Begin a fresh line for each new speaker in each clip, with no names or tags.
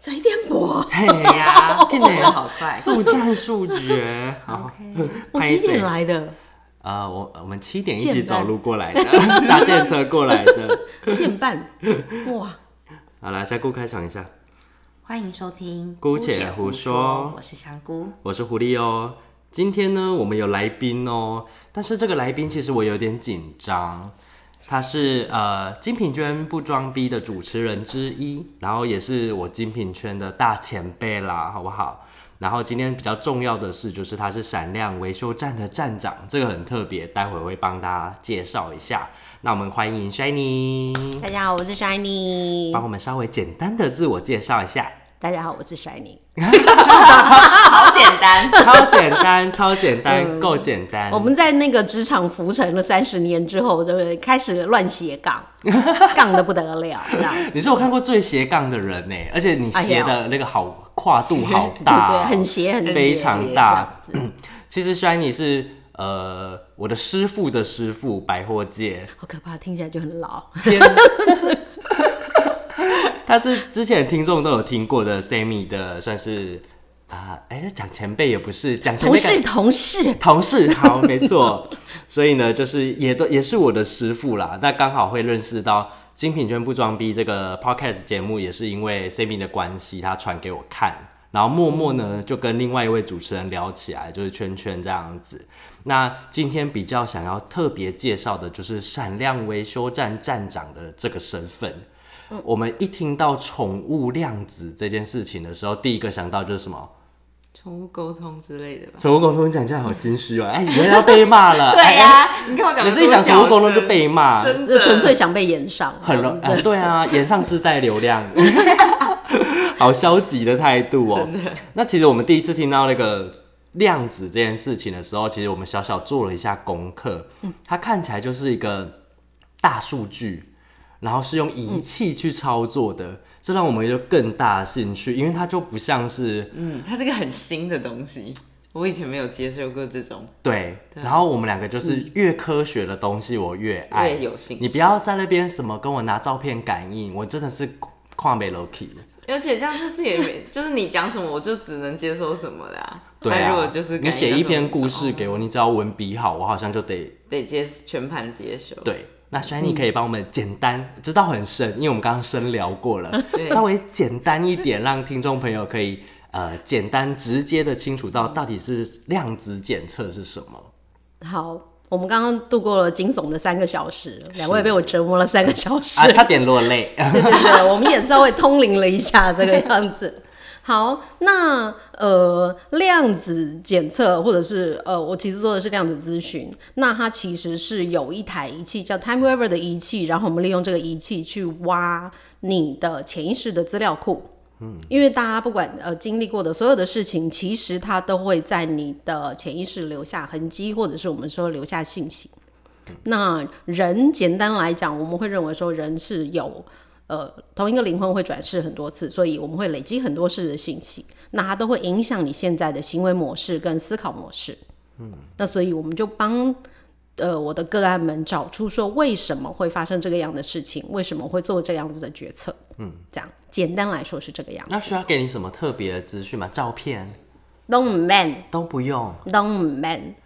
才点播。
嘿 呀，变得也好快，速战速决。好
OK，
我几点来 的？
啊、我我们七点一起
见吧
走路过来的， 搭电车过来的。
见半。哇，
好啦，香菇开场一下，
欢迎收听《
姑且胡说
我是香菇。
我是狐狸哦。今天呢，我们有来宾哦，但是这个来宾其实我有点紧张。他是呃金品圈不装逼的主持人之一，然后也是我金品圈的大前辈啦，好不好？然后今天比较重要的是，就是他是闪亮维修站的站长，这个很特别，待会会帮大家介绍一下。那我们欢迎 Shiny，
大家好，我是 Shiny
帮。我们稍微简单的自我介绍一下。
大家好，我是 Shiny。
好简单，
超简单，超简单，够简单。
我们在那个职场浮沉了三十年之后，对不对？开始乱斜 杠，杠的不得了，这样
你是我看过最斜杠的人呢，而且你斜
哎
的那个好跨度好
对不
大
对？
哦，
很斜，很斜
非常大。 其实 Shiny 是呃我的师傅的师傅，百货界
好可怕，听起来就很 老。
天。他是之前听众都有听过的 Sammy 的，算是啊，哎、讲前辈也不是，讲前
同
辈感
事，同事，
同事， 好，没错。所以呢，就是也都也是我的师傅啦。那刚好会认识到《精品圈不装逼》这个 podcast 节目，也是因为 Sammy 的关系，他传给我看，然后默默呢就跟另外一位主持人聊起来，就是圈圈这样子。那今天比较想要特别介绍的，就是闪亮维修站站长的这个身份。我们一听到宠物量子这件事情的时候，第一个想到就是什么？
宠物沟通之类的吧？
宠物沟通讲这样好心虚哦，哎，原来要被骂了，
对
哎
呀、你看我讲，
每次一讲宠物沟通就，被骂，
真
就
的
纯粹想被延上，
嗯很容、呃对啊，言上自带流 量，好消极的态度哦。那其实我们第一次听到那个量子这件事情的时候，其实我们小小做了一下功课，它看起来就是一个大数据，然后是用仪器去操作的，这让我们就更大的兴趣，因为它就不像是
嗯，它是个很新的东西，我以前没有接受过这种，
对，然后我们两个就是越科学的东西我越爱，
嗯越有兴
哎
趣
你不要在那边什么跟我拿照片感应，我真的是跨美 low key。
而且这样就是也没， 就是你讲什么我就只能接受什么啦。
对
那
啊，
如果哎就是
你写一篇故事
感觉到什么
给我，你只要文笔好，我好像就得
哦得接全盘接受，
对。那 Shiny 可以帮我们简单，知道很深，因为我们刚刚深聊过了，
嗯对
稍微简单一点，让听众朋友可以呃简单直接的清楚到到底是量子检测是什么。
好，我们刚刚度过了惊悚的三个小时，两位被我折磨了三个小时，
啊，差点落泪。
对对对，我们也稍微通灵了一下这个样子。 好，那呃，量子检测或者是呃，我其实做的是量子咨询。那它其实是有一台仪器叫 TimeWeaver 的仪器，然后我们利用这个仪器去挖你的潜意识的资料库。嗯，因为大家不管呃经历过的所有的事情，其实它都会在你的潜意识留下痕迹，或者是我们说留下信息。那人简单来讲，我们会认为说人是有呃同一个灵魂会转世很多次，所以我们会累积很多世的信息，那它都会影响你现在的行为模式跟思考模式。嗯，那所以我们就帮呃我的个案们找出说为什么会发生这个样的事情，为什么会做这样子的决策。嗯，这样简单来说是这个样。
那需要给你什么特别的资讯吗？照片
Don't man,
都不用
don't man。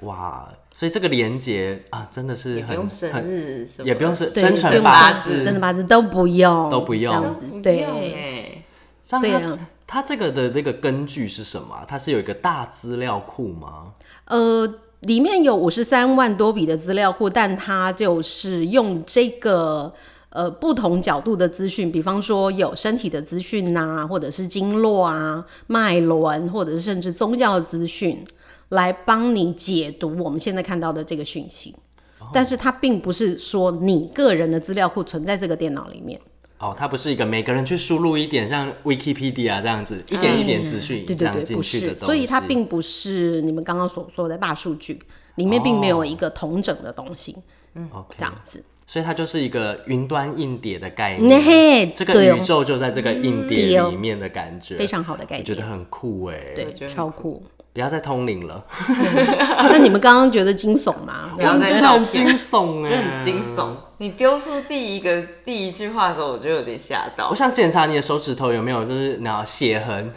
哇，所以这个连接啊，真的是
也不用
很
生
很
日什么的，
也不用生
对，
生辰
不用
八
生
字
生辰八字都不用，
都不用
这
都
样
不
子
一
对
样。哎，
这样
对
它
啊
它这个的这个根据是什么啊？它是有一个大资料库吗？
呃，里面有五十三万多笔的资料库，但它就是用这个呃不同角度的资讯，比方说有身体的资讯呐、或者是经络啊、脉轮，或者是甚至宗教的资讯，来帮你解读我们现在看到的这个讯息。
哦
但是它并不是说你个人的资料库存在这个电脑里面，
哦，它不是一个每个人去输入一点，像 Wikipedia 这样子，一点一点资讯
对对
这样
对，
进
不
去的
是，
东西。
所以它并不是你们刚刚所说的大数据，里面并没
哦
有一个同整的东西，
嗯 OK，
这样子。
所以它就是一个云端硬碟的概
嗯 嘿
念，这个
对哦
宇宙就在这个硬
对
碟
哦
里面的感觉，
非常好的概
我觉得
念，
很酷哎。
我觉
哦对，
得很
超酷。
不要再通灵了，
那你们刚刚觉得惊悚吗
不？要
我
再
觉得很
照片
惊悚
就
哎，
很惊悚。你丢出第一个第一句话的时候，我就有点吓到
我。想检查你的手指头有没有就是那种血痕，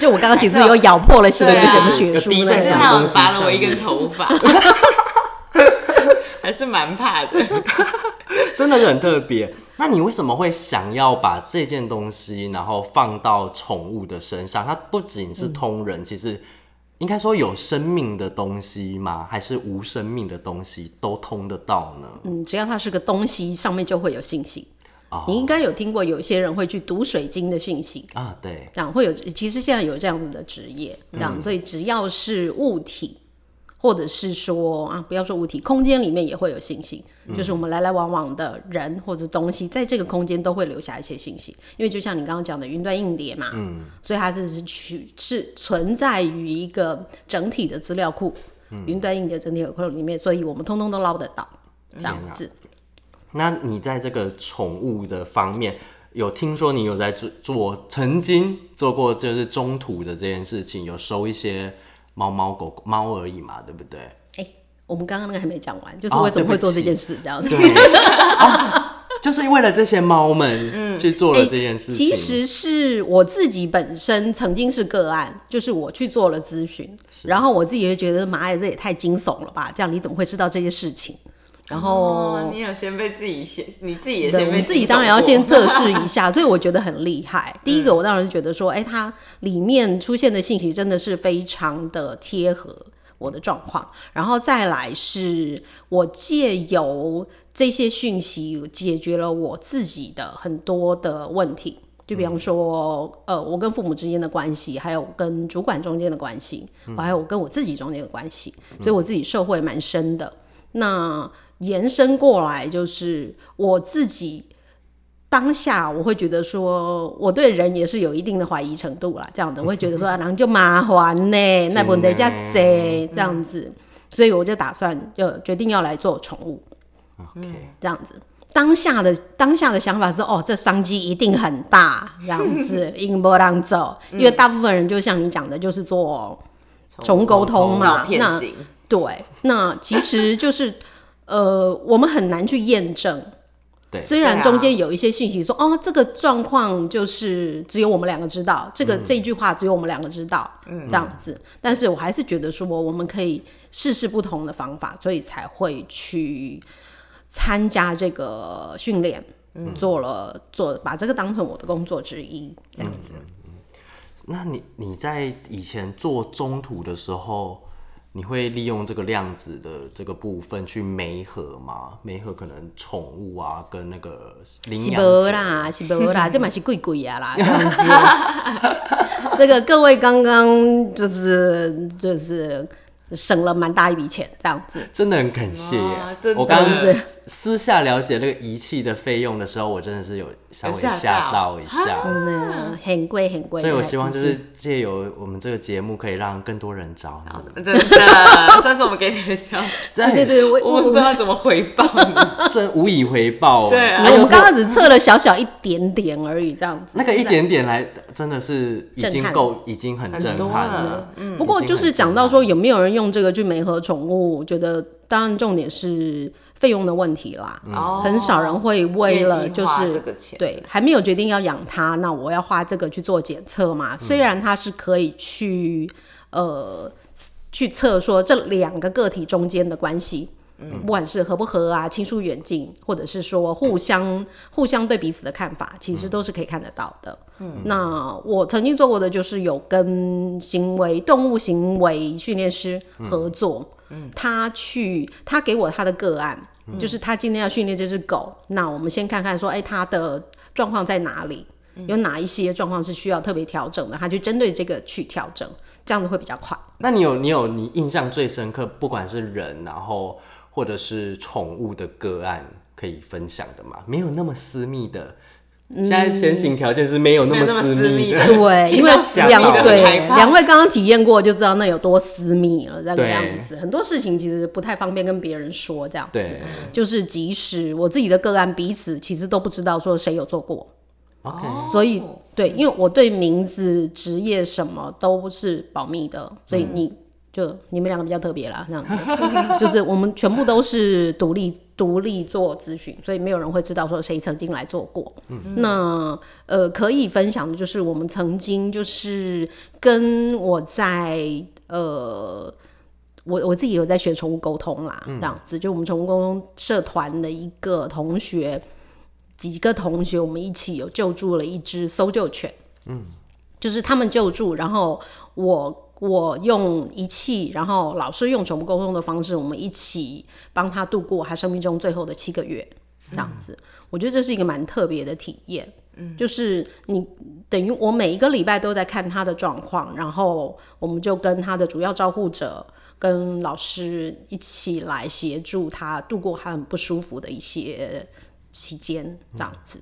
就我刚刚其 实有咬破了写
对啊
什么血书
有滴
那
在
是
上
样
面
他有拔了我一根头发， 还是蛮怕的。
真的是很特别。 那你为什么会想要把这件东西，然后放到宠物的身上？它不仅是通人，其实应该说有生命的东西吗？还是无生命的东西都通得到呢？
嗯，只要它是个东西，上面就会有信息。
哦
你应该有听过，有一些人会去读水晶的信息，
啊，对，
然后会有，其实现在有这样子的职业，这
嗯
样，所以只要是物体，或者是说啊，不要说物体，空间里面也会有信息，
嗯
就是我们来来往往的人或者东西，在这个空间都会留下一些信息，因为就像你刚刚讲的云端硬碟嘛，嗯，所以它是是取是存在于一个整体的资料库，
嗯
云端硬碟整体的库里面，所以我们通通都捞得到，这样
天哪
子。
那你在这个宠物的方面，有听说你有在做做曾经做过就是中途的这件事情，有收一些猫猫狗狗猫而已嘛，对不对？
哎、我们刚刚那个还没讲完，就是
哦
为什么会做这
对不起
件事，这样子。
对，啊就是为了这些猫们去做了这件事情。
其实是我自己本身曾经是个案，就是我去做了咨询，然后我自己也觉得妈呀，这也太惊悚了吧！这样你怎么会知道这些事情？然后、
哦，你有先被自己先，你自己也
对，
先
我
被
们自己当然
走
要
过 嗯
先测试一下，所以我觉得很厉害。第一个，我当然是觉得说，哎、它里面出现的信息真的是非常的贴合我的状况，然后再来是我借由这些讯息解决了我自己的很多的问题。就比
嗯
方说，呃，我跟父母之间的关系，还有跟主管中间的关系，
嗯
还有我跟我自己中间的关系，所以我自己受惠蛮深的。那延伸过来就是我自己当下，我会觉得说，我对人也是有一定的怀疑程度啦。这 样子，我会觉得说，啊人就麻烦呢，那不得加贼这样子，所以我就打算就决定要来做宠物
OK，
这样子。当下的当下的想法是，哦，这商机一定很大，这样 子，应不让走，因为大部分人就像你讲的，就是做宠物沟通啊
脑
嘛，
片
那
型，
对，那其实就是呃，我们很难去验证。
对
虽
对
然
啊
中间有一些信息说，哦，这个状况就是只有我们两个知道，这个、这句话只有我们两个知道，
嗯
这样子。但是我还是觉得说，我们可以试试不同的方法，所以才会去参加这个训练，
嗯
做了做把这个当成我的工作之一，这样子。
那你你在以前做中途的时候，你会利用这个量子的这个部分去媒合吗？媒合可能宠物啊，跟那个领
是
养
无
者
啦，是无 啦，这嘛是贵贵啊啦，这样子。 那个各位刚刚就是就是省了蛮大一笔钱，这样子。
真的很感谢耶！
哇真的
我刚刚
是
私下了解那个仪器的费用的时候，我真的是有稍微
有吓到
吓到一下。
嗯，很贵很贵。
所以，我希望就是借由我们这个节目，可以让更多人找你。
真的算是我们给你的笑，
对对对，我
我
我
们不知
我
道怎么回报你。
真无以回报。
对啊
还有
我刚刚只测了小小一点点而已，这样子。
那个一点点来，真的是已经
震撼
够，已经很震撼
很多
了
了。
嗯
不过就是讲到说有没有人用这个去媒合宠物，我觉得当然重点是费用的问题啦。
哦
很少人会为了
愿意
就
花
是
这个钱
对还没有决定要养它，那我要花这个去做检测嘛。
嗯
虽然它是可以去呃去测说这两个个体中间的关系。
嗯
不管是合不合啊，亲疏远近，或者是说互相互相对彼此的看法，其
嗯
实都是可以看得到的。嗯，那我曾经做过的就是有跟行为动物行为训练师合作，嗯，他去他给我他的个案，就是他今天要训练这只狗，那我们先看看说，哎、它的状况在哪里？有哪一些状况是需要特别调整的？他去针对这个去调整，这样子会比较快。
那你有你有你印象最深刻，不管是人，然后或者是宠物的个案，可以分享的吗？没有那么私密的。现在先行条件是没有那
没
么
有那么
私
私密
密
的
的。
对，因为
听到
吓
两
到了
对
害怕
两位刚刚体验过就知道那有多私密了，这个
对
样子，很多事情其实不太方便跟别人说，这样子
对
就是即使我自己的个案彼此其实都不知道说谁有做过，
，OK，
所以对，因为我对名字、职业什么都是保密的，所以你就你们两个比较特别啦，这样子， 就是我们全部都是独立独立做咨询，所以没有人会知道说谁曾经来做过。那呃，可以分享的就是我们曾经就是跟我在呃。我我自己有在学宠物沟通啦，这样子就我们宠物沟通社团的一个同学，几个同学我们一起有救助了一只搜救犬，就是他们救助，然后我我用仪器，然后老师用宠物沟通的方式，我们一起帮他度过他生命中最后的七个月，这样子，我觉得这是一个蛮特别的体验。嗯，就是你等于我每一个礼拜都在看他的状况，然后我们就跟他的主要照护者跟老师一起来协助他度过他很不舒服的一些期间，这样子。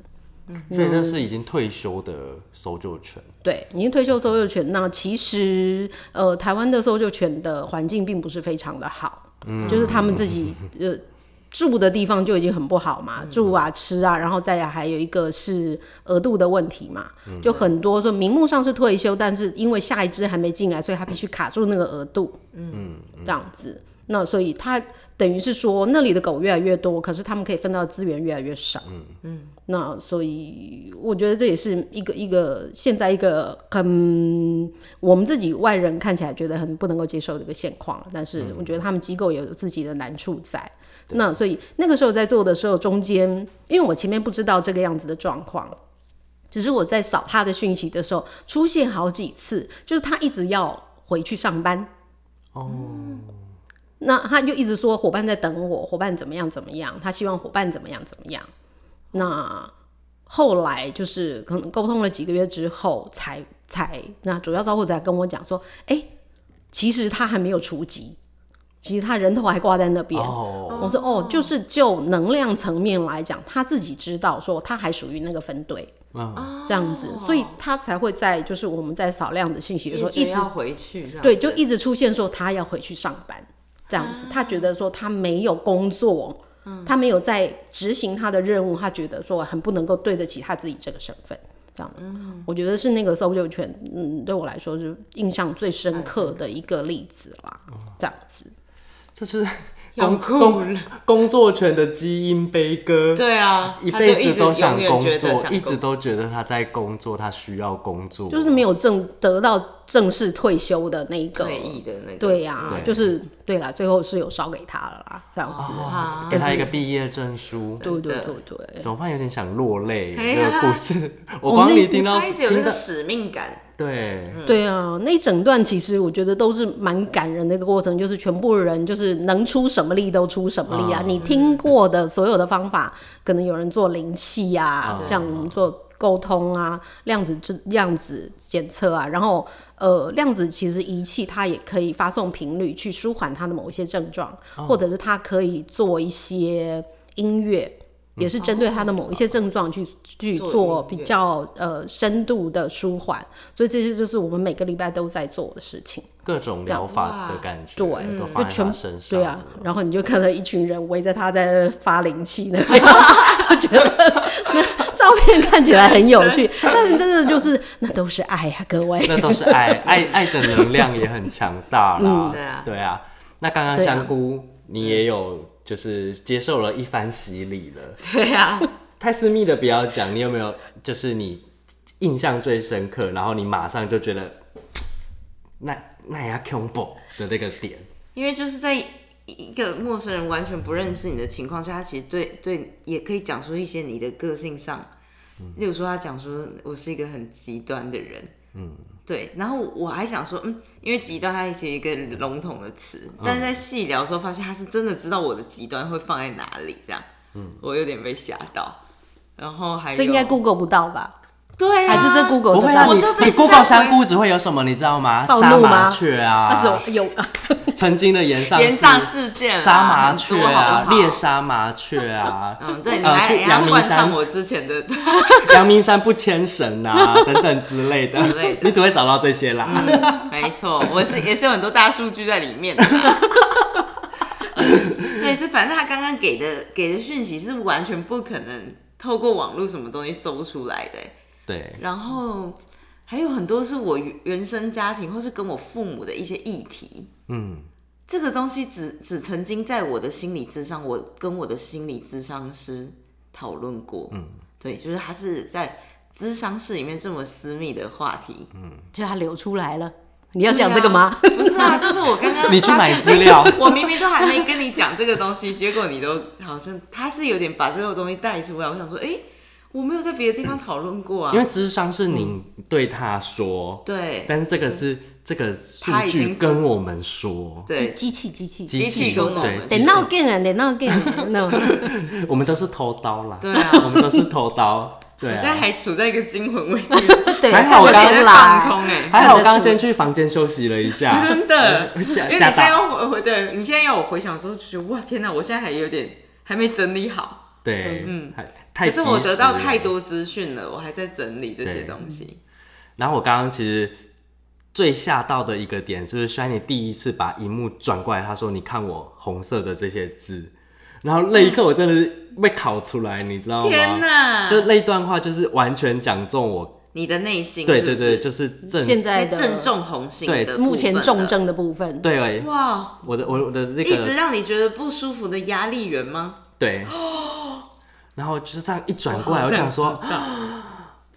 所以那是已经退休的搜救犬。
对，已经退休搜救犬，那其实呃，台湾的搜救犬的环境并不是非常的好，就是他们自己呃住的地方就已经很不好嘛，住啊吃啊，然后再来还有一个是额度的问题嘛，就很多说名目上是退休，但是因为下一只还没进来，所以他必须卡住那个额度，嗯，这样子。那所以他等于是说那里的狗越来越多，可是他们可以分到的资源越来越少。那所以我觉得这也是一个一个现在一个很我们自己外人看起来觉得很不能够接受的一个现况，但是我觉得他们机构也有自己的难处在。那所以那个时候在做的时候，中间因为我前面不知道这个样子的状况，只是我在扫他的讯息的时候出现好几次，就是他一直要回去上班。哦。那他就一直说伙伴在等我，伙伴怎么样怎么样，他希望伙伴怎么样怎么样。那后来就是可能沟通了几个月之后才，才那主要照顾者才跟我讲说，哎、其实他还没有除籍，其实他人头还挂在那边。
哦，
我说哦，就是就能量层面来讲，他自己知道说他还属于那个分队
嗯，
这样子，所以他才会在就是我们在扫量子信息的时候一
一直
直
要回去，这样
对，就一直出现说他要回去上班这样子，他觉得说他没有工作，他没有在执行他的任务，他觉得说很不能够对得起他自己这个身份。这样，我觉得是那个搜救犬，嗯，对我来说是印象最深刻的一个例子啦。这样子，
这就是
要
工
哭
工工作犬的基因悲歌。
对啊，
一
他就
辈
一
子
直
都想
永远
工
觉得
作，
想
一直
工作
都觉得他在工作，他需要工作。
就是没有正得到正式退休的那一个，
退役的那个，
对呀、
对
就是对啦，最后是有烧给他了啦，这样子，
啊
哦给他一个毕业证书，
对对
真的
对对。
怎么办？有点想落泪。
哎
这
呀
个故 事，我
哦
光
那
你听到
他一直有那
听
个
到，
使命感，
对，
嗯
对啊，那一整段其实我觉得都是蛮感人的一个过程，就是全部人就是能出什么力都出什么力啊。
啊
你听过的所有的方法，可能有人做灵气呀、
啊
像我们做沟通啊、量子制量子检测啊，然后呃，量子其实仪器它也可以发送频率去舒缓它的某一些症状，或者是它可以做一些音乐。也是针对它的某一些症状去、去
嗯哦做
做
音乐
比较呃深度的舒缓，所以这些就是我们每个礼拜都在做的事情。
各种疗法的感觉，
对，
嗯
都
就
放在
全
他
部
身上。
对啊，然后你就看到一群人围着他在发灵气那个， 我觉得那照片看起来很有趣，但是真的就是那都是爱呀、各位。
那都是爱，爱爱的能量也很强 大啦。
对啊嗯
对啊。那刚刚
对啊
香菇，你也有就是接受了一番洗礼了。
对啊，
太私密的不要讲，你有没有就是你印象最深刻，然后你马上就觉得那那也 combo 的那个点？
因为就是在一个陌生人完全不认识你的情况下，他其实对对也可以讲出一些你的个性上，
嗯
例如说他讲说我是一个很极端的人，嗯，对，然后我还想说，嗯，因为极端它其实一个笼统的词，
嗯
但是在细聊的时候发现他是真的知道我的极端会放在哪里，这样，嗯，我有点被吓到。然后还有
这应该 Google 不到吧？
对啊，
还是这 Google
不
得
会
到
啊，
我
你
就是一
你
直在
Google
回
香菇只会有什么你知道吗？
暴
杀
怒吗
麻雀 啊，
那是有
曾经的岩上
延上
事
事件啊、
杀麻
很
雀
多好
啊
不，好
猎杀麻雀啊，
嗯，对，你
呃
还
去
你还
阳明
换
山
上我之前的，
阳明山不牵绳啊等等之类的
之类的，
你只会找到这些啦。
嗯 没错，我是也是有很多大数据在里面 的啦。对，是反正他刚刚给的给的讯息是完全不可能透过网络什么东西搜出来的欸、
对，
然后还有很多是我原原生家庭或是跟我父母的一些议题。
嗯，
这个东西只只曾经在我的心理智商，我跟我的心理智商师讨论过。嗯，对，就是他是在智商室里面这么私密的话题。
就它流出来了。嗯你要讲这个吗？
对啊不是 啊，就是我刚刚
你去
发
买
现
资 料
我明明都还没跟你讲这个东西，结果你都好像他是有点把这个东西带出来。我想说，哎、我没有在别的地方讨论过
因
啊。
为智商是你对他说，
对
但是这个是这个数
他已
据
经
跟我们说，
机
对，
机器机器
机器跟我
对
们
得
机器
闹 g 啊，得闹 g 啊，那
我们都是偷刀啦，
对啊
我们都是偷刀，对
我
啊
现。在还处在一个惊魂未定，
对，
还好我
看得出
刚刚
我在放
来。
空哎、
还好我
看得出
刚刚先去房间休息了一下，
真的，因为你
吓
现
吓
在
到，
要回回，对你现在要我回想的时候，就觉得哇天哪，我现在还有点还没整理好，
对，嗯，太
可
及
是我
时
得到
了
太多资讯了，我还在整理这
对
些东西。
然后我刚刚其实最吓到的一个点，就是 Shiny 第一次把荧幕转过来，他说：“你看我红色的这些字。”然后那一刻我真的是被烤出来，你知道
天
吗？
哪，
就那一段话就是完全讲中我，
你的内心
对
是
对
不是
对，就是正
现在的
正中红心
对
的部分的，啊
目前重症的部分，
对哎
哇，
我的我的那
一直
个
让你觉得不舒服的压力源吗？
对， 然后就是这样一转过来，我
好
想
想
说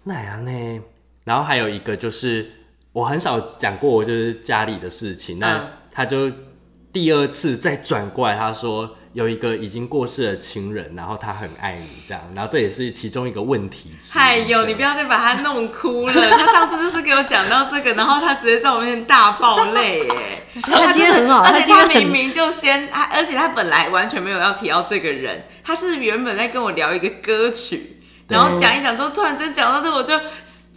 那样呢？然后还有一个就是，我很少讲过我就是家里的事情，那、
嗯
他就第二次再转过来，他说有一个已经过世的亲人，然后他很爱你这样，然后这也是其中一个问题之一。
哎呦，你不
要
要再把他弄 哭了。他上次就是给我讲到这个，然后他直接在我面前大爆泪耶。
他今天
就是
很好
而
他
且
今天
他
很
明明就先，他而且他本来完全没有要提到这个人，他是原本在跟我聊一个歌曲，然后讲一讲之后，突然间讲到这个，我就。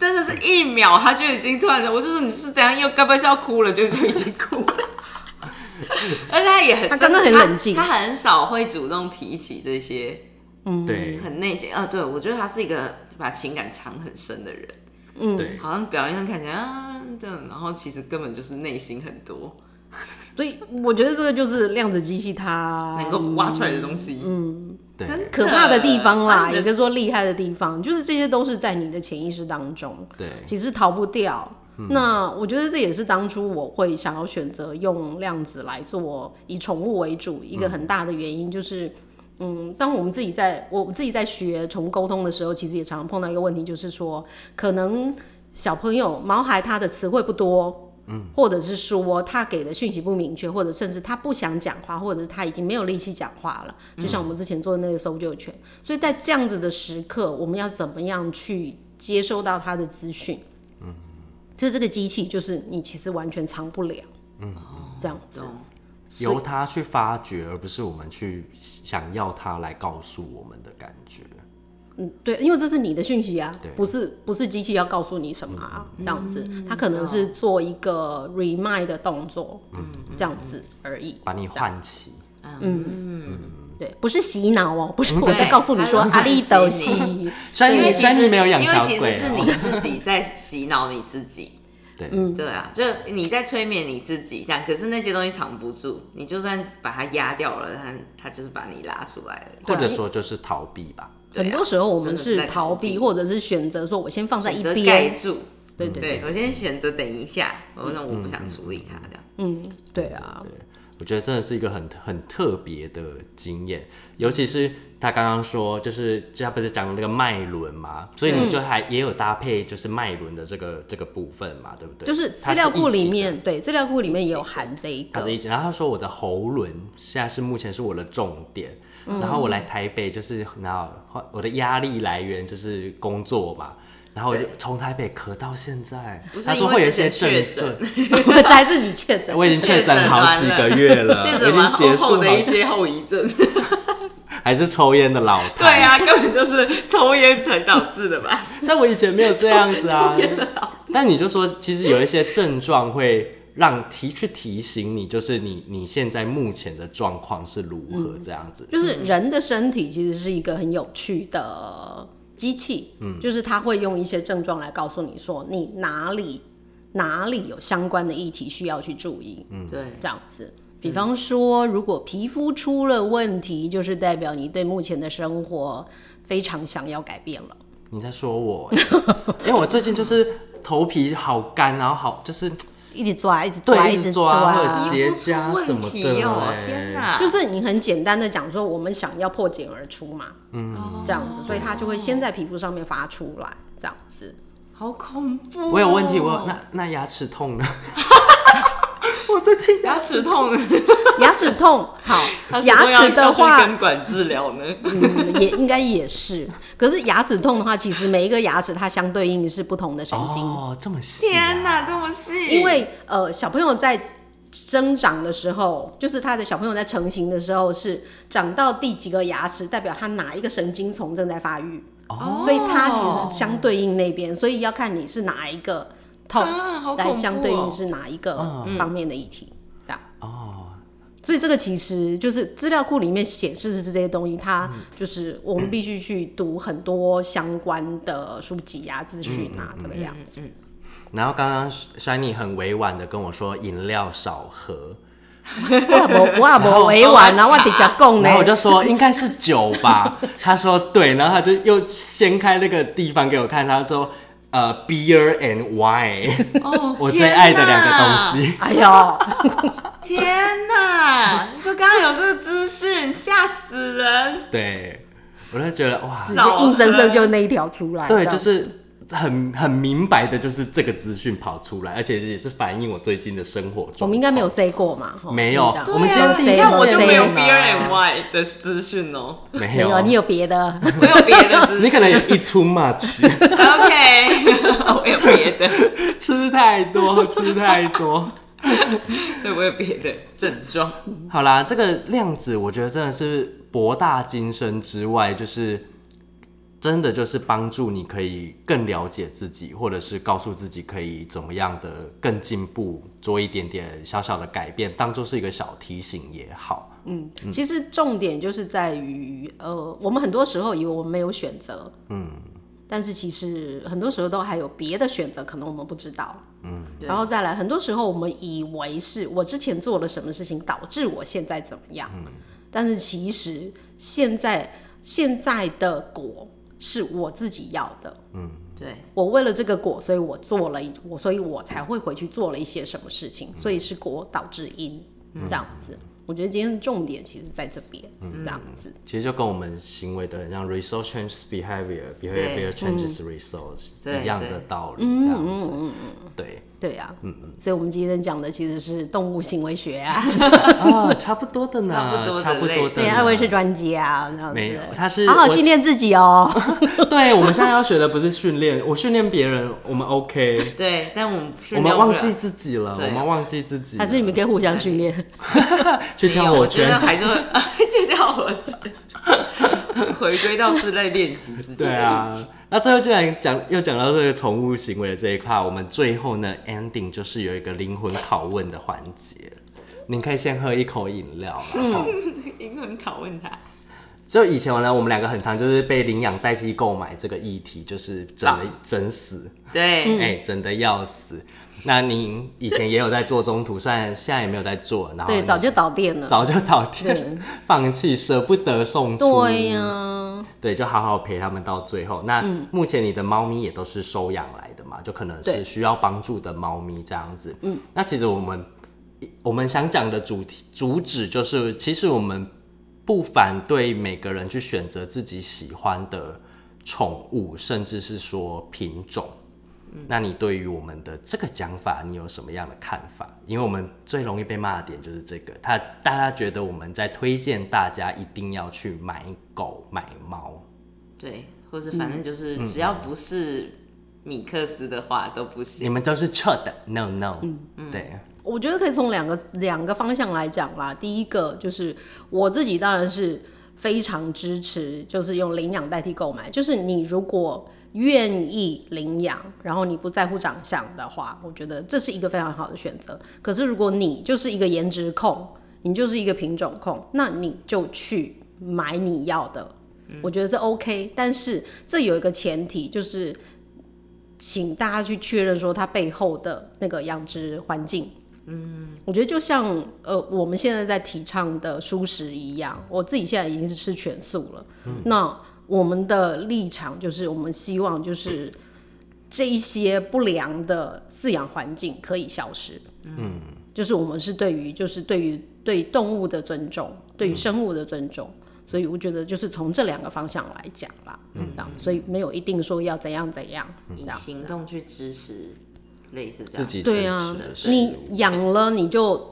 真的是一秒，他就已经突然间，我就说你是怎样，又该不会是要哭了，就就已经哭 了。而且他也很，
他真的很冷静
他他很少会主动提起这些
对
很内心啊，对我觉得他是一个把情感藏很深的人，
对，
好像表面上看起来啊这样，然后其实根本就是内心很多
所以我觉得这个就是量子机器它
能够挖出来的东西。嗯，
对
真
可怕的地方 啦，
呃
也跟说厉害的地方，就是这些都是在你的潜意识当中，
对
其实逃不掉。那我觉得这也是当初我会想要选择用量子来做以宠物为主一个很大的原因，就是嗯，当我们自己在我自己在学宠物沟通的时候，其实也常常碰到一个问题，就是说可能小朋友毛孩他的词汇不多。嗯，或者是说他给的讯息不明确，或者甚至他不想讲话，或者是他已经没有力气讲话了。就像我们之前做的那个搜救犬，所以在这样子的时刻，我们要怎么样去接收到他的资讯？嗯，就这个机器，就是你其实完全藏不了。嗯，这样子。
懂
由他去发掘，而不是我们去想要他来告诉我们的感觉。
嗯，对，因为这是你的讯息啊
对，
不是不是机器要告诉你什么啊，这样子，它可能是做一个 remind 的动作，嗯，这样子而已。
把你唤起，
对，不是洗脑哦，不是，我是
对
告诉你说
它是
阿力斗
洗脑
西，
虽然
因为
你
其
虽然
实
你没有养
因为
小
其
鬼
实是
哦、
你自己在洗脑你自己。
对，
嗯
对啊，就你在催眠你自己这样，可是那些东西藏不住，你就算把它压掉了，它它就是把你拉出来了。
或者说就是逃避吧。
对 啊
很多时候我
真
们
的是
是
在
逃避，或者是选择说我先放在一
选择盖
边，
住。
对对
对，我先选择等一下，我那我不想处理它这样。
嗯，对啊，
我觉得真的是一个很很特别的经验，尤其是他刚刚说，就是就他不是讲那个脉轮嘛，所以你就还也有搭配就是脉轮的这个这个部分嘛，对不对？
就是
它
资料库
一起
里
的，
面，对，资料库里面也有含这一
它
个
是，一起。然后他说我的喉轮现在是目前是我的重点，
嗯
然后我来台北就是然后我的压力来源就是工作嘛。然后我就从台北咳到现在，
不是
他说
因为
会有一
之
些症
前确
状
诊，
我才自己确诊，
我已经确诊好几个月了，
确
已
诊
经
完
结
后
束
后的
好
一些后遗症。
还是抽烟的老太。
对啊，根本就是抽烟才导致的吧？
但我以前没有这样子啊。但你就说，其实有一些症状会让提去提醒你，就是你你现在目前的状况是如何这样子。
就是人的身体其实是一个很有趣的机器，嗯，就是它会用一些症状来告诉你说你哪里哪里有相关的议题需要去注意，嗯，
对
这样子。比方说，如果皮肤出了问题，就是代表你对目前的生活非常想要改变了。
你在说我 欸、因为我最近就是头皮好干，然后好就是
一直抓，一直抓，
对
一
一
直
直抓
抓
或者结痂什么的
皮肤出问题哦
哎
天哪！
就是你很简单的讲说，我们想要破茧而出嘛，
哦
这样子，所以它就会先在皮肤上面发出来，这样子。
好恐怖哦。
我有问题，我有那那牙齿痛呢？
我最近牙齿 痛，
牙齿痛，好，牙
痛要
齿的
要去
话，
根管治疗呢。
嗯，也应该也是。可是牙齿痛的话，其实每一个牙齿它相对应是不同的神经，
哦，这么细、
天！哪，这么细！
因为呃，小朋友在生长的时候，就是他的小朋友在成型的时候是长到第几个牙齿，代表他哪一个神经丛正在发育，
哦
所以它其实是相对应那边，所以要看你是哪一个痛，
啊好恐怖
来
哦嗯
相对应是哪一个方面的议题，这样。
哦
所以这个其实就是资料库里面显示是这些东西，它
嗯
就是我们必须去读很多相关的书籍啊、资讯
嗯
啊，这个样子。
然后刚刚 Shiny 很委婉的跟我说饮料少喝，
我也无 我也无委婉啊，我直接讲呢
然。后我就说应该是酒吧，他说对，然后他就又掀开那个地方给我看，他说呃 beer and wine，
哦，
我最爱的两个东。西。
哎 呦，
天哪！你说刚刚有这个资讯，吓死人！
对，我就觉得哇，
直接硬生生就那一条出来。
对，
这样
就是很很明白的，就是这个资讯跑出来，而且也是反映我最近的生活状况。
我们应该没有 say 过嘛，吼
没有
这样
我们今天第一
啊你
次
看我就没有
见
B
面
R
啊
M Y 的资讯 哦，
没
没有，啊你
有，
有
啊
别的。
我有别的资
你
讯。
可能也 eat too much，
OK，我有 别的，
吃太多，吃太多。
对我有别的症状。
好啦，这个量子我觉得真的是博大精深之外，就是真的就是帮助你可以更了解自己，或者是告诉自己可以怎么样的更进步，做一点点小小的改变，当做是一个小提醒也好。
嗯其实重点就是在于，呃，我们很多时候以为我们没有选择，嗯，但是其实很多时候都还有别的选择，可能我们不知道，嗯，然后再来，很多时候我们以为是我之前做了什么事情导致我现在怎么样，但是其实现在现在的果是我自己要的，
对，
我为了这个果，所以我做了一，我所以我才会回去做了一些什么事情，所以是果导致因、这样子。我觉得今天的重点其实在这边，
嗯
这样子。
其实就跟我们行为的很像，result changes behavior, behavior
对
changes results、
对
一样的
对
道理，这样子。嗯对
对啊，
嗯
所以我们今天讲的其实是动物行为学 啊，
啊，差不多的呢，
差不多的
差不多
类
的
对，
呢。
二位是专家啊，这样子。
啊没有他是
好好
我
训练自己哦。
对，我们现在要学的不是训练，我训练别人，我们 OK，
对，但我们
我
没
们
有
忘记自己了，
对
我们忘记自己了，
还是你们可以互相训 练。
去
没
跳
有，
火
我觉得
圈。
还是会 去跳火圈，回归到是在练习自己
对
的
啊
议题。，
那最后既然讲又讲到这个宠物行为这一块，我们最后呢 ending 就是有一个灵魂拷问的环节，您可以先喝一口饮料啦，嗯，
英文拷问他，
就以前呢，我们两个很常就是被领养代替购买这个议题，就是整
啊
的、整死，哎、
嗯
对，
整的要死。那您以前也有在做中途，虽然现在也没有在做，然后
对，
你
早就导电了。
早就倒贴，放弃，舍不得送出，
对呀、嗯
对就好好陪他们到最后。那目前你的猫咪也都是收养来的嘛，就可能
对
是需要帮助的猫咪这样子。嗯，那其实我们我们想讲的主题主旨就是，其实我们不反对每个人去选择自己喜欢的宠物，甚至是说品种。那你对于我们的这个讲法，你有什么样的看法？因为我们最容易被骂的点就是这个，他大家觉得我们在推荐大家一定要去买狗买猫，
对，或者反正就是
嗯
只要不是米克斯的话都不
你
行。
们都是错的，no no，对，
我觉得可以从两个两个方向来讲啦。第一个就是我自己当然是非常支持，就是用领养代替购买。就是你如果愿意领养，然后你不在乎长相的话，我觉得这是一个非常好的选择。可是如果你就是一个颜值控，你就是一个品种控，那你就去买你要的。我觉得这 OK，但是这有一个前提，就是请大家去确认说它背后的那个养殖环境。我觉得就像呃我们现在在提倡的素食一样，我自己现在已经是吃全素了。那我们的立场就是，我们希望就是这一些不良的饲养环境可以消失。嗯，就是我们是对于就是对于对动物的尊重，对于生物的尊重。所以我觉得就是从这两个方向来讲啦，嗯，这样，所以没有一定说要怎样怎样，这
以
样。
行动去支持，类似这
自
样。
己
对啊
真实，的
你养了你就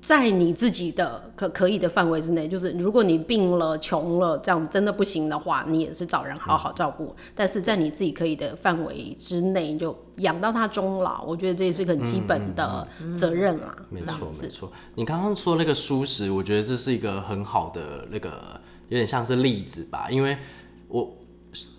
在你自己的可可以的范围之内，就是如果你病了、穷了，这样子真的不行的话，你也是找人好好照顾。但是在你自己可以的范围之内，你就养到它终老，我觉得这也是很基本的
嗯
责任啦。
没
这样
错，没
子，
错。你刚刚说那个舒适，我觉得这是一个很好的那个，有点像是例子吧。因为我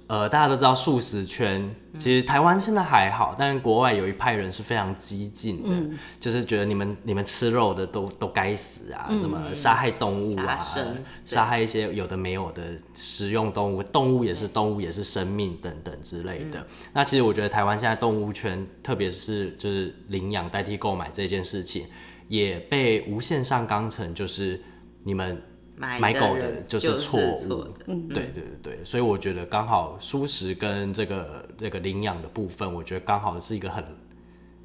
呃，大家都知道素食圈，其实台湾现在还好，但是国外有一派人是非常激进的，
嗯
就是觉得你们你们吃肉的都都该死啊，什么杀害动物啊
嗯杀生，对
杀害一些有的没有的食用动物，动物也是动物，也是生命等等之类的。
嗯
那其实我觉得台湾现在动物圈，特别是就是领养代替购买这件事情，也被无限上纲成就是你们
买
买
的
狗的
人
就
就是
错
是
误
错的，嗯
对对对，所以我觉得刚好舒适跟这个这个领养的部分，我觉得刚好是一个很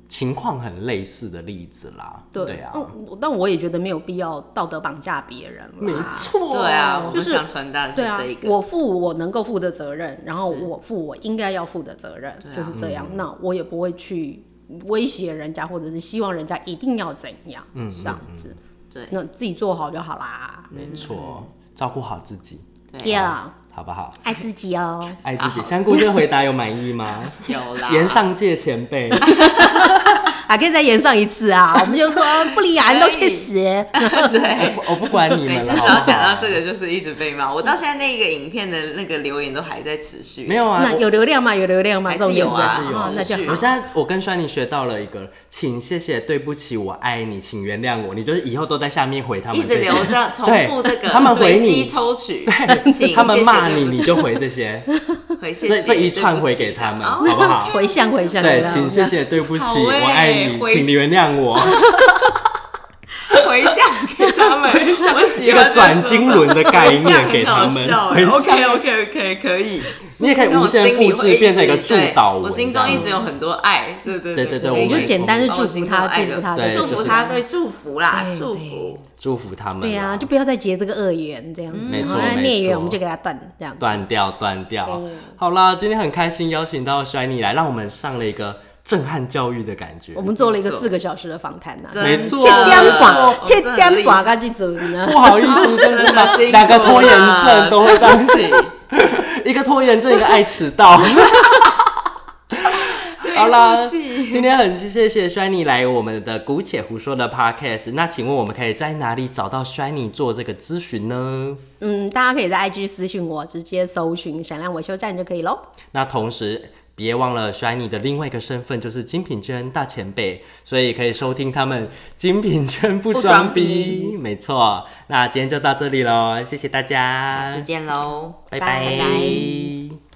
情况很类似的例子啦。
对
啊，
哦
嗯我但我也觉得没有必要道德绑架别人啦。
没错，
对啊，我
就
们
是
想传达的
对
是
啊
这一，个。
我负我能够负的责任，然后我负我应该要负的责任，
对啊
就是这样。
嗯
那我也不会去威胁人家，或者是希望人家一定要怎样，
嗯
这样子。
对
那自己做好就好啦。
没错，照顾好自己，
对，
Yeah，
好不好？
爱自己哦。
爱自己。香菇这个回答有满意吗？
有啦。
言上界前辈，
还啊可以再延上一次啊！我们就说不理 啊，你都去死！
我不我不管你
每
们了，
次只
好不好
要讲到这个，就是一直被骂。我到现在那个影片的那个留言都还在持续。
没有啊，
那有流量吗？有流量吗？
还
这
是
种
有啊
意思
还是有
哦那就
我
好。
现在我跟栓妮学到了一个，请谢谢，对不起，我爱你，请原谅我。你就是以后都在下面回他们
一
这些，
直留 着重复这
对
个，
他们回
随机
你，
抽取，请
他们骂
谢谢
你，
对不
你
起
就回这些，
回谢
这
谢
这一串
对不
回
起
给他们，
哦
好不 好？
回向回向，
对，
有没有
请谢。谢，对不起，
好欸
我爱你，
回
请原谅我。
回向给他 们，我喜
一
欢
个转经轮的概念给他们，回向
欸 OK OK OK，可以。
你也可以无限复制，变成一个祝祷文。
我心中一
这
直
样
有很多爱，对对
对
对
对
我
对
们就简单的
我
祝福他，祝福他，
对
祝
祝
福
福
他，
他。
对祝福啦，
对
祝
对
福。
祝福他们。
对呀、啊，就不要再结这个恶缘这样
嗯
子，
没
然
错
后那
没
孽缘
错
我们就给它断这样子。
断掉，断掉
对。
好啦，今天很开心邀请到 Shiny 来，让我们上了一个震撼教育的感觉
我。们做了一个
没错
四个小时的访谈呐，啊
真
没错
切
的
点
我
寡，切
哦真的很
点
厉
寡
害
噶去做呢
不。好意思，真的
真的辛苦啦啊
两个拖延症都会这样子，
对不起
一个拖延症，一个爱迟 到。好啦，今天很谢谢 Shiny 来我们的姑且胡说的 Podcast。那请问我们可以在哪里找到 Shiny 做这个咨询呢？
嗯，大家可以在 IG 私信我，直接搜寻“闪亮维修站”就可以喽。
那同时别忘了 Shiny 的另外一个身份就是精品圈大前辈，所以可以收听他们精品圈不
不
装
装逼
逼。 没错，那今天就到这里喽，谢谢大
下次
家，
见喽。
拜
拜
拜
拜